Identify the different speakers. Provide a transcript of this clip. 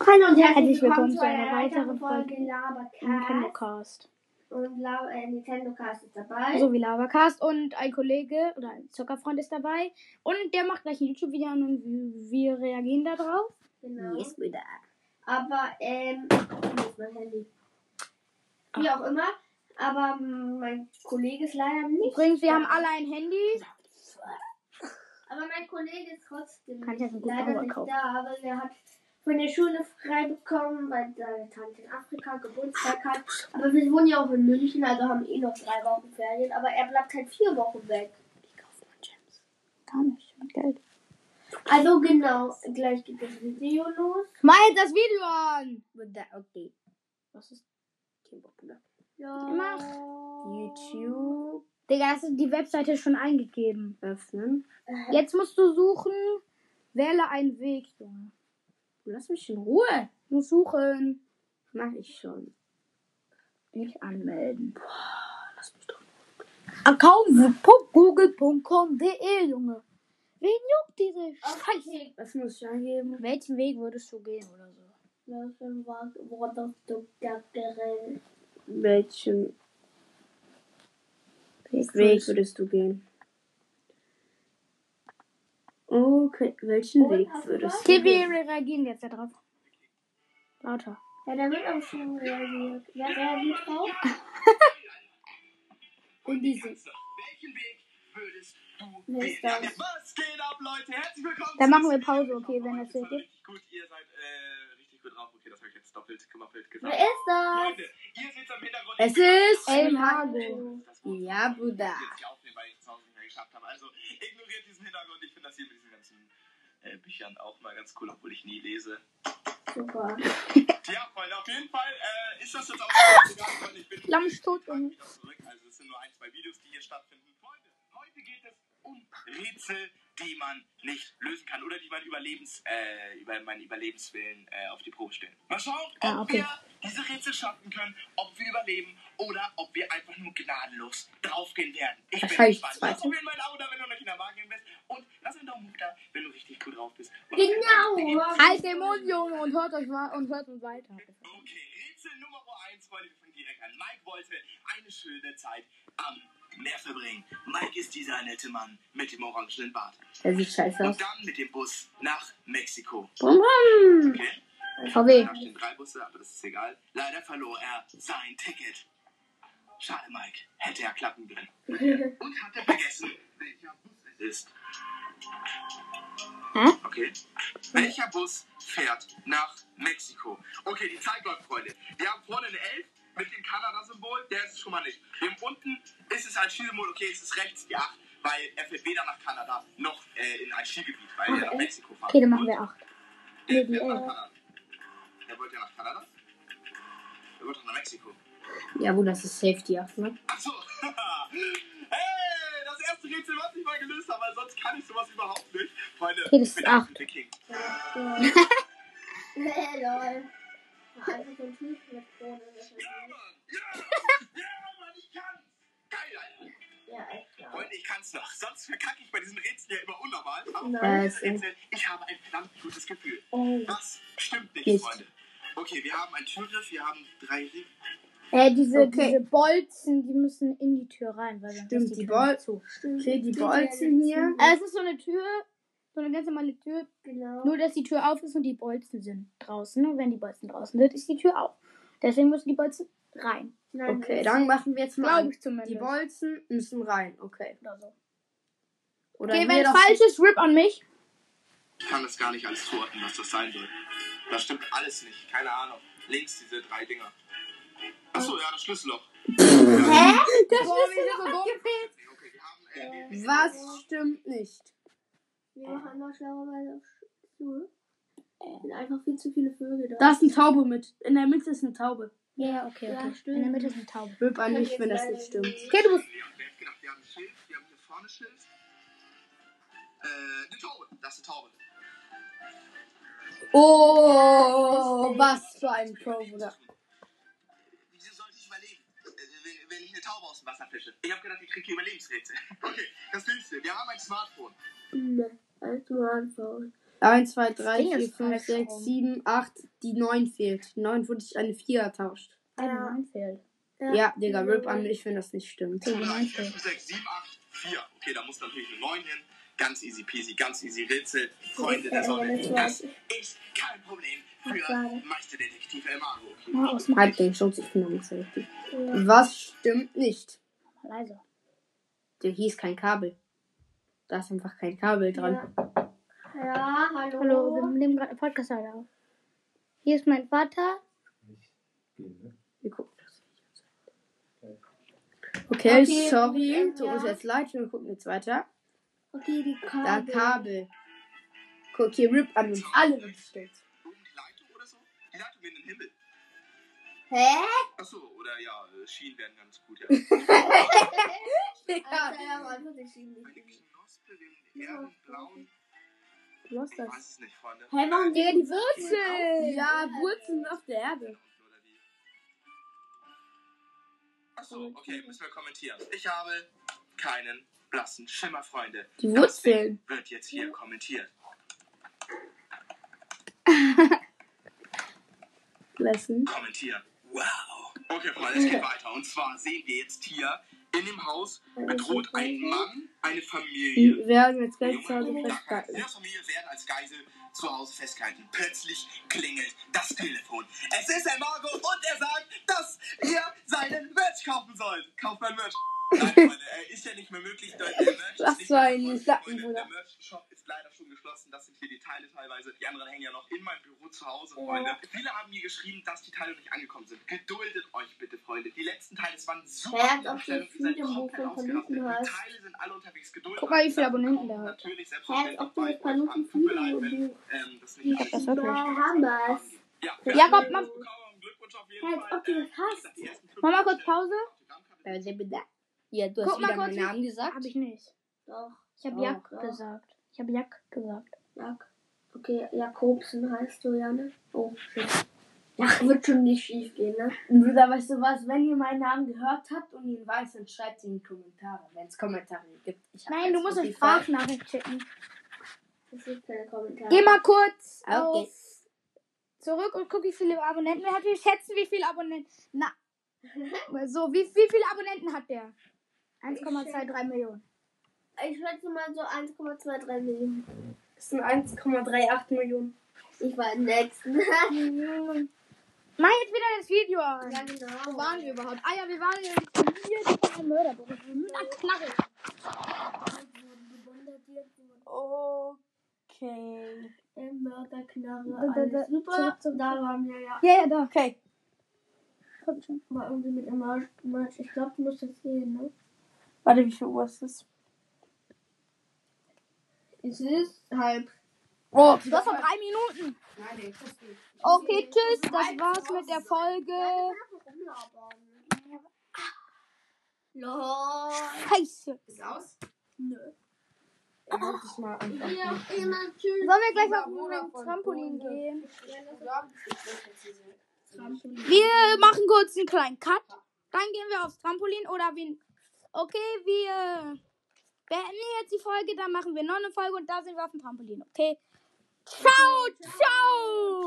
Speaker 1: hallo und herzlich
Speaker 2: Herzlich
Speaker 1: willkommen
Speaker 2: willkommen
Speaker 1: zu einer weiteren Folge
Speaker 2: Folge
Speaker 1: Labercast.
Speaker 2: Nintendocast.
Speaker 1: Und La äh, Nintendo Cast ist dabei.
Speaker 2: So Also wie Labercast und ein Kollege oder ein Zockerfreund ist dabei und der macht gleich ein YouTube-Video und wir reagieren da drauf.
Speaker 1: Genau.
Speaker 3: Yes, Bruder.
Speaker 1: Aber, ähm, wo ist mein Handy? Wie auch immer. Aber mm, mein Kollege ist leider nicht.
Speaker 2: Übrigens, wir haben alle ein Handy.
Speaker 1: Aber mein Kollege ist trotzdem
Speaker 2: Kann ich jetzt einen guten
Speaker 1: leider
Speaker 2: Hamburger
Speaker 1: nicht
Speaker 2: kaufen?
Speaker 1: da. Aber er hat von der Schule frei bekommen, weil seine Tante in Afrika Geburtstag hat. Aber wir wohnen ja auch in München, also haben eh noch drei Wochen Ferien. Aber er bleibt halt vier Wochen weg.
Speaker 2: Wie kauft man Gems? Gar nicht, mit Geld.
Speaker 1: Also genau, gleich geht das Video los.
Speaker 2: Mach jetzt das Video an!
Speaker 3: Bruder, okay. Was ist? Kein Bock, Bruder.
Speaker 2: Mach.
Speaker 3: YouTube
Speaker 2: Digga, das ist die Webseite ist schon eingegeben.
Speaker 3: öffnen.
Speaker 2: Jetzt musst du suchen, wähle einen Weg, Junge.
Speaker 3: Lass mich in Ruhe.
Speaker 2: Du musst suchen.
Speaker 3: Mach ich schon.
Speaker 2: Nicht anmelden.
Speaker 3: Lass mich doch.
Speaker 2: Account.google.com.de, E, Junge. Wen juckt diese Scheiße?
Speaker 1: Okay,
Speaker 3: Was muss ich angeben?
Speaker 2: Welchen Weg würdest du gehen oder so?
Speaker 1: das war Worte du Dackerin.
Speaker 3: Welchen Weg würdest du gehen? Okay, Oh, welchen
Speaker 1: Und,
Speaker 3: Weg
Speaker 1: hast du was?
Speaker 3: würdest du
Speaker 2: Okay,
Speaker 3: gehen?
Speaker 2: wir reagieren jetzt darauf. Lauter.
Speaker 1: Ja, der wird auch schon reagiert. Wer reagiert drauf?
Speaker 3: In diesem.
Speaker 4: Welchen Weg würdest du
Speaker 1: Wer
Speaker 4: gehen?
Speaker 1: ist das?
Speaker 4: Was geht ab, Leute? Herzlich willkommen.
Speaker 2: Dann machen
Speaker 4: zu-
Speaker 2: wir Pause, okay, wenn das
Speaker 4: Das war
Speaker 2: hilft.
Speaker 4: richtig Gut, ihr seid äh, richtig gut drauf. Okay, das habe ich jetzt doppelt gemappelt
Speaker 1: Wer
Speaker 4: gesagt.
Speaker 1: ist das?
Speaker 4: Freunde, ihr seht am Hintergrund.
Speaker 3: Es ist.
Speaker 2: El Mago.
Speaker 4: Das Wort-
Speaker 3: Ja, Bruder.
Speaker 4: Ich jetzt nicht aufnehmen, weil ich zu Hause nicht mehr geschafft habe. Also ignoriert diesen Hintergrund. Ich finde das hier mit diesen ganzen äh, Büchern auch mal ganz cool, obwohl ich nie lese.
Speaker 1: Super.
Speaker 4: Ja, Freunde, auf jeden Fall äh, ist das jetzt auch
Speaker 2: Ah!
Speaker 4: mal gegangen, weil ich bin
Speaker 2: Lammstod und
Speaker 4: wieder zurück. Also es sind nur ein, zwei Videos, die hier stattfinden. Freunde, heute geht es um Rätsel, die man nicht lösen kann oder die man überlebens, äh, über meinen Überlebenswillen äh, auf die Probe stellen. Mal schauen, ob
Speaker 2: Ah, okay.
Speaker 4: wir diese Rätsel schaffen können, ob wir überleben oder ob wir einfach nur gnadenlos draufgehen werden. Ich bin
Speaker 3: Wahrscheinlich
Speaker 4: gespannt.
Speaker 3: zweite.
Speaker 4: Lass auf jeden Fall ein Abo da, wenn du noch in der Waage bist. Und lass einen Daumen hoch da, wenn du richtig gut drauf bist. Und
Speaker 1: Genau.
Speaker 2: halt den Mund, Junge, und hört euch wa- und hört uns weiter.
Speaker 4: Okay, Rätsel Nummer 1, Freunde, wir fangen direkt an. Mike wollte eine schöne Zeit am Meer verbringen. Mike ist dieser nette Mann mit dem orangenen Bart.
Speaker 3: Er sieht scheiße aus.
Speaker 4: Und dann mit dem Bus nach Mexiko.
Speaker 3: Brumm, brumm.
Speaker 4: Okay?
Speaker 2: VW.
Speaker 4: Da stehen drei Busse, aber das ist egal. Leider verlor er sein Ticket. Schade, Mike. Hätte er klappen können. Und hatte vergessen, welcher Bus es ist.
Speaker 2: Hä?
Speaker 4: Okay. Welcher Bus fährt nach Mexiko? Okay, die Zeit läuft, Freunde. Wir haben vorne eine 11 mit dem Kanada-Symbol. Der ist es schon mal nicht. Wir haben unten ist es ein Skisymbol. Okay, es ist rechts die 8, weil er fährt weder nach Kanada noch äh, in ein Skigebiet, weil er nach Mexiko fährt.
Speaker 2: Okay, dann machen
Speaker 4: Und
Speaker 2: wir 8.
Speaker 4: der
Speaker 2: Nee, die
Speaker 4: fährt nach
Speaker 2: elf.
Speaker 4: Kanada. Der wollte ja nach Kanada. Der wollte doch nach Mexiko.
Speaker 3: Ja, Bruder, das ist Safety 8, ne?
Speaker 4: Achso. hey, das erste Rätsel, was ich mal gelöst habe, weil sonst kann ich sowas überhaupt nicht. Freunde,
Speaker 2: Okay, das
Speaker 4: ich
Speaker 2: ist
Speaker 4: bin der
Speaker 2: acht.
Speaker 4: absolute King.
Speaker 1: Hey, lol. Einfach so ein Typ mit Krone. das ist
Speaker 4: Ja,
Speaker 1: ja
Speaker 4: Mann. Ja, ja, Mann, ich kann's. Geil, Alter.
Speaker 1: nicht- Ja, echt klar.
Speaker 4: Freunde, ich kann's noch. Sonst verkacke ich bei diesen Rätseln ja immer unnormal. Aber
Speaker 1: Nein.
Speaker 4: bei
Speaker 3: Äh,
Speaker 4: diesem
Speaker 3: es-
Speaker 4: Rätsel, ich habe ein verdammt gutes Gefühl.
Speaker 1: Oh.
Speaker 4: Das stimmt nicht,
Speaker 3: Nicht.
Speaker 4: Freunde. Okay, wir haben einen Türgriff, wir haben drei Ringe.
Speaker 2: Äh, diese,
Speaker 3: Okay.
Speaker 2: diese Bolzen, die müssen in die Tür rein, weil sonst
Speaker 3: Stimmt,
Speaker 2: ist
Speaker 3: die
Speaker 2: Tür nicht
Speaker 3: Bol-
Speaker 2: zu.
Speaker 3: Okay, die
Speaker 1: Bitte
Speaker 3: Bolzen
Speaker 1: nicht
Speaker 3: hier.
Speaker 1: zu.
Speaker 2: Äh, es ist so eine Tür, so eine ganz normale Tür,
Speaker 1: Genau.
Speaker 2: Nur, dass die Tür auf ist und die Bolzen sind draußen. Und wenn die Bolzen draußen sind, ist die Tür auf. Deswegen müssen die Bolzen rein.
Speaker 1: Nein,
Speaker 3: Okay,
Speaker 1: das-
Speaker 3: dann machen wir jetzt mal.
Speaker 2: Glaube ich zumindest.
Speaker 3: Die Bolzen müssen rein, okay.
Speaker 2: Oder so.
Speaker 3: Oder
Speaker 2: Okay,
Speaker 3: hier
Speaker 2: wenn es
Speaker 3: doch-
Speaker 2: falsch ist, rip an mich.
Speaker 4: Ich kann das gar nicht alles zuordnen, was das sein soll. Das stimmt alles nicht. Keine Ahnung. Links diese drei Dinger. Achso, ja, das Schlüsselloch.
Speaker 2: Das ist so dumm.
Speaker 4: Okay, wir haben, äh, wir-
Speaker 3: Was stimmt nicht?
Speaker 1: Wir machen noch schlauerweise auf Schule. Es sind einfach viel zu viele Vögel da.
Speaker 3: Da ist eine Taube mit. In der Mitte ist eine Taube.
Speaker 2: Ja, okay,
Speaker 1: Ja,
Speaker 2: okay.
Speaker 1: stimmt.
Speaker 2: In der Mitte ist eine Taube.
Speaker 3: Rip an
Speaker 1: Kann
Speaker 3: mich,
Speaker 1: jetzt
Speaker 3: wenn das
Speaker 1: leider
Speaker 3: nicht stimmt.
Speaker 2: Okay, du musst.
Speaker 4: Wir haben jetzt gedacht, wir haben ein Schild, wir haben hier vorne ein Schild. Äh, eine Taube. Das ist eine Taube.
Speaker 2: Oh,
Speaker 3: Oh, was für ein Pro, Bruder.
Speaker 4: Wieso sollte ich überleben? Äh, Wenn, wenn ich eine Taube aus dem Wasser fische. Ich habe gedacht, ich kriege Überlebensrätsel. Okay, das nächste. Wir haben ein Smartphone.
Speaker 1: Ne, als Smartphone.
Speaker 3: 1, 2, 3,
Speaker 2: Ding
Speaker 3: 4,
Speaker 2: ist
Speaker 3: 5,
Speaker 2: falsch
Speaker 3: 6,
Speaker 2: rum.
Speaker 3: 7, 8. Die 9 fehlt. 9 wurde ich eine 4 ertauscht.
Speaker 2: Ah, die neun fehlt.
Speaker 3: Ja, Digga, RIP an, ich finde das nicht stimmt.
Speaker 2: Okay, die neun
Speaker 4: 3, 4,
Speaker 2: fehlt.
Speaker 4: 5, 6, 7, 8, 4. Okay, da muss natürlich eine 9 hin. Ganz easy peasy, ganz easy Rätsel. Freunde der Sonne, das ist kein Problem für Meisterdetektiv Elmago.
Speaker 2: Mal aus, mach
Speaker 3: Halt den Schutz, ich bin noch nicht so richtig. Was stimmt nicht?
Speaker 2: leise.
Speaker 3: Der hieß kein Kabel. Da ist einfach kein Kabel dran.
Speaker 1: Ja. Ja, hallo.
Speaker 2: Hallo, wir nehmen gerade einen Podcast halt auf. Hier ist mein Vater.
Speaker 3: Wir gucken das. Okay,
Speaker 1: Okay,
Speaker 3: sorry. Tut
Speaker 1: ja.
Speaker 3: uns jetzt leid. Wir gucken jetzt weiter.
Speaker 1: Okay, die
Speaker 3: Da
Speaker 1: Kabel.
Speaker 3: Kabel. Guck hier, RIP an uns alle bestellt.
Speaker 4: Um die Leitung oder so? Die Leitung in den Himmel.
Speaker 1: Hä?
Speaker 4: Achso, oder ja, äh, Schienen werden ganz gut. Ja.
Speaker 1: Alter, ja, man muss ich ihn
Speaker 4: Eine
Speaker 1: nicht.
Speaker 4: Knospe, den Erdenblauen.
Speaker 3: Was
Speaker 4: Ich weiß es nicht, Freunde.
Speaker 1: Hä, warum
Speaker 2: Der die Wurzel.
Speaker 3: Ja, Wurzeln auf der Erde.
Speaker 4: Oder wie? Achso, okay, müssen wir kommentieren. Ich habe keinen blassen Schimmer, Freunde.
Speaker 3: Die Wurzeln.
Speaker 4: Deswegen wird jetzt hier kommentiert.
Speaker 3: Lassen.
Speaker 4: Kommentieren. Wow. Okay, Freunde, es geht weiter. Und zwar sehen wir jetzt hier in dem Haus bedroht ein Mann eine Familie.
Speaker 3: Wir werden jetzt gleich zu Hause festgehalten.
Speaker 4: Ihre Familie werden als Geisel zu Hause festgehalten. Plötzlich klingelt das Telefon. Es ist Herr Margo und er sagt, dass ihr seinen Merch kaufen sollt. Kauft mein Merch. Nein, Freunde, äh, ist ja nicht mehr möglich. Der der Merch ist
Speaker 3: Lass
Speaker 4: nicht
Speaker 3: so
Speaker 4: mehr
Speaker 3: einen
Speaker 4: möglich,
Speaker 3: Lappen,
Speaker 4: Freunde.
Speaker 3: Bruder.
Speaker 4: Der Merch-Shop ist leider schon geschlossen. Das sind hier die Teile teilweise. Die anderen hängen ja noch in meinem Büro zu Hause,
Speaker 1: Oh.
Speaker 4: Freunde. Viele haben mir geschrieben, dass die Teile noch nicht angekommen sind. Geduldet euch bitte, Freunde. Die letzten Teile, es waren super
Speaker 1: Wer hat
Speaker 4: viele
Speaker 1: auf den
Speaker 4: Bestellungen. Ihr seid
Speaker 1: Freedom
Speaker 4: komplett
Speaker 1: Book von
Speaker 4: ausgerastet. Die
Speaker 1: Paluten heißt?
Speaker 4: Teile sind alle unterwegs. Geduldet
Speaker 2: Guck mal, wie viele
Speaker 4: euch.
Speaker 2: Abonnenten der hat.
Speaker 4: Natürlich,
Speaker 1: Hä,
Speaker 4: selbstverständlich.
Speaker 1: ob du mit
Speaker 4: bei euch
Speaker 1: Paluten
Speaker 4: an. Tut mir leid, wenn,
Speaker 1: fliegen
Speaker 4: ähm, das nicht alles-
Speaker 2: das wirklich.
Speaker 1: Bahamas.
Speaker 4: Ja,
Speaker 2: Jakob,
Speaker 4: wir-
Speaker 2: mach-
Speaker 4: Glückwunsch auf jeden
Speaker 1: Hä,
Speaker 4: Fall.
Speaker 1: ob du das
Speaker 4: Ähm,
Speaker 1: hast?
Speaker 4: die ersten fünf
Speaker 2: Mach mal kurz
Speaker 4: Minuten-
Speaker 2: Pause.
Speaker 3: Äh, Ja, du hast
Speaker 2: Guck mal
Speaker 3: wieder
Speaker 2: kurz,
Speaker 3: meinen
Speaker 2: wie-
Speaker 3: Namen gesagt.
Speaker 2: Hab ich nicht.
Speaker 1: Doch.
Speaker 2: Ich hab
Speaker 3: Oh,
Speaker 2: Jack
Speaker 1: krass.
Speaker 2: gesagt. Ich hab Jack gesagt.
Speaker 1: Jak okay, Jakobsen heißt du ja, ne? Oh, shit. Ja, wird schon nicht schief gehen, ne?
Speaker 3: Bruder, weißt du was? Wenn ihr meinen Namen gehört habt und ihn weiß, dann schreibt ihn in die Kommentare. Wenn es Kommentare gibt. Ich hab
Speaker 2: Nein, du
Speaker 3: jetzt
Speaker 2: musst eine
Speaker 3: Spotify.
Speaker 2: Sprachnachricht schicken.
Speaker 1: Das ist keine Kommentare.
Speaker 2: Geh mal kurz
Speaker 3: Okay.
Speaker 2: auf zurück und guck, wie viele Abonnenten er hat. Wir schätzen, wie viele Abonnenten. Na. So, wie, wie viele Abonnenten hat der? 1,23 Millionen.
Speaker 1: Ich schätze mal so 1,23 Millionen.
Speaker 3: Das sind 1,38 Millionen.
Speaker 1: Ich war im nächsten.
Speaker 2: Mach jetzt wieder das Video an.
Speaker 1: ja, genau.
Speaker 2: Wo waren wir überhaupt? Ah ja, wir waren in hier von einem Mörderbuch. Mit einer Knarre.
Speaker 3: Okay.
Speaker 1: Im Mörderknarre.
Speaker 2: Da, da, da.
Speaker 1: Alles super.
Speaker 2: Zurück,
Speaker 1: Da waren wir ja
Speaker 2: Ja, ja, da.
Speaker 3: Okay.
Speaker 2: Kommt schon.
Speaker 1: mal irgendwie mit dem Marsch. Marsch. Ich glaube, du musst das sehen, ne?
Speaker 3: Warte, wie viel Uhr ist es?
Speaker 1: Es ist halb.
Speaker 3: Oh,
Speaker 2: Du hast noch drei Minuten.
Speaker 3: Nein, nee,
Speaker 2: Okay, tschüss. Das war's mit der Folge.
Speaker 1: Rumlabern. Lol.
Speaker 2: Scheiße.
Speaker 3: ist aus.
Speaker 1: Nö.
Speaker 3: Er wollte ich mal einfach.
Speaker 1: Ja, immer tschüss.
Speaker 2: Sollen wir gleich auf den Trampolin gehen?
Speaker 1: Trampolin.
Speaker 2: Wir machen kurz einen kleinen Cut. Dann gehen wir aufs Trampolin oder wir. Okay, wir beenden jetzt die Folge, dann machen wir noch eine Folge und da sind wir auf dem Trampolin. Okay. Ciao, ciao!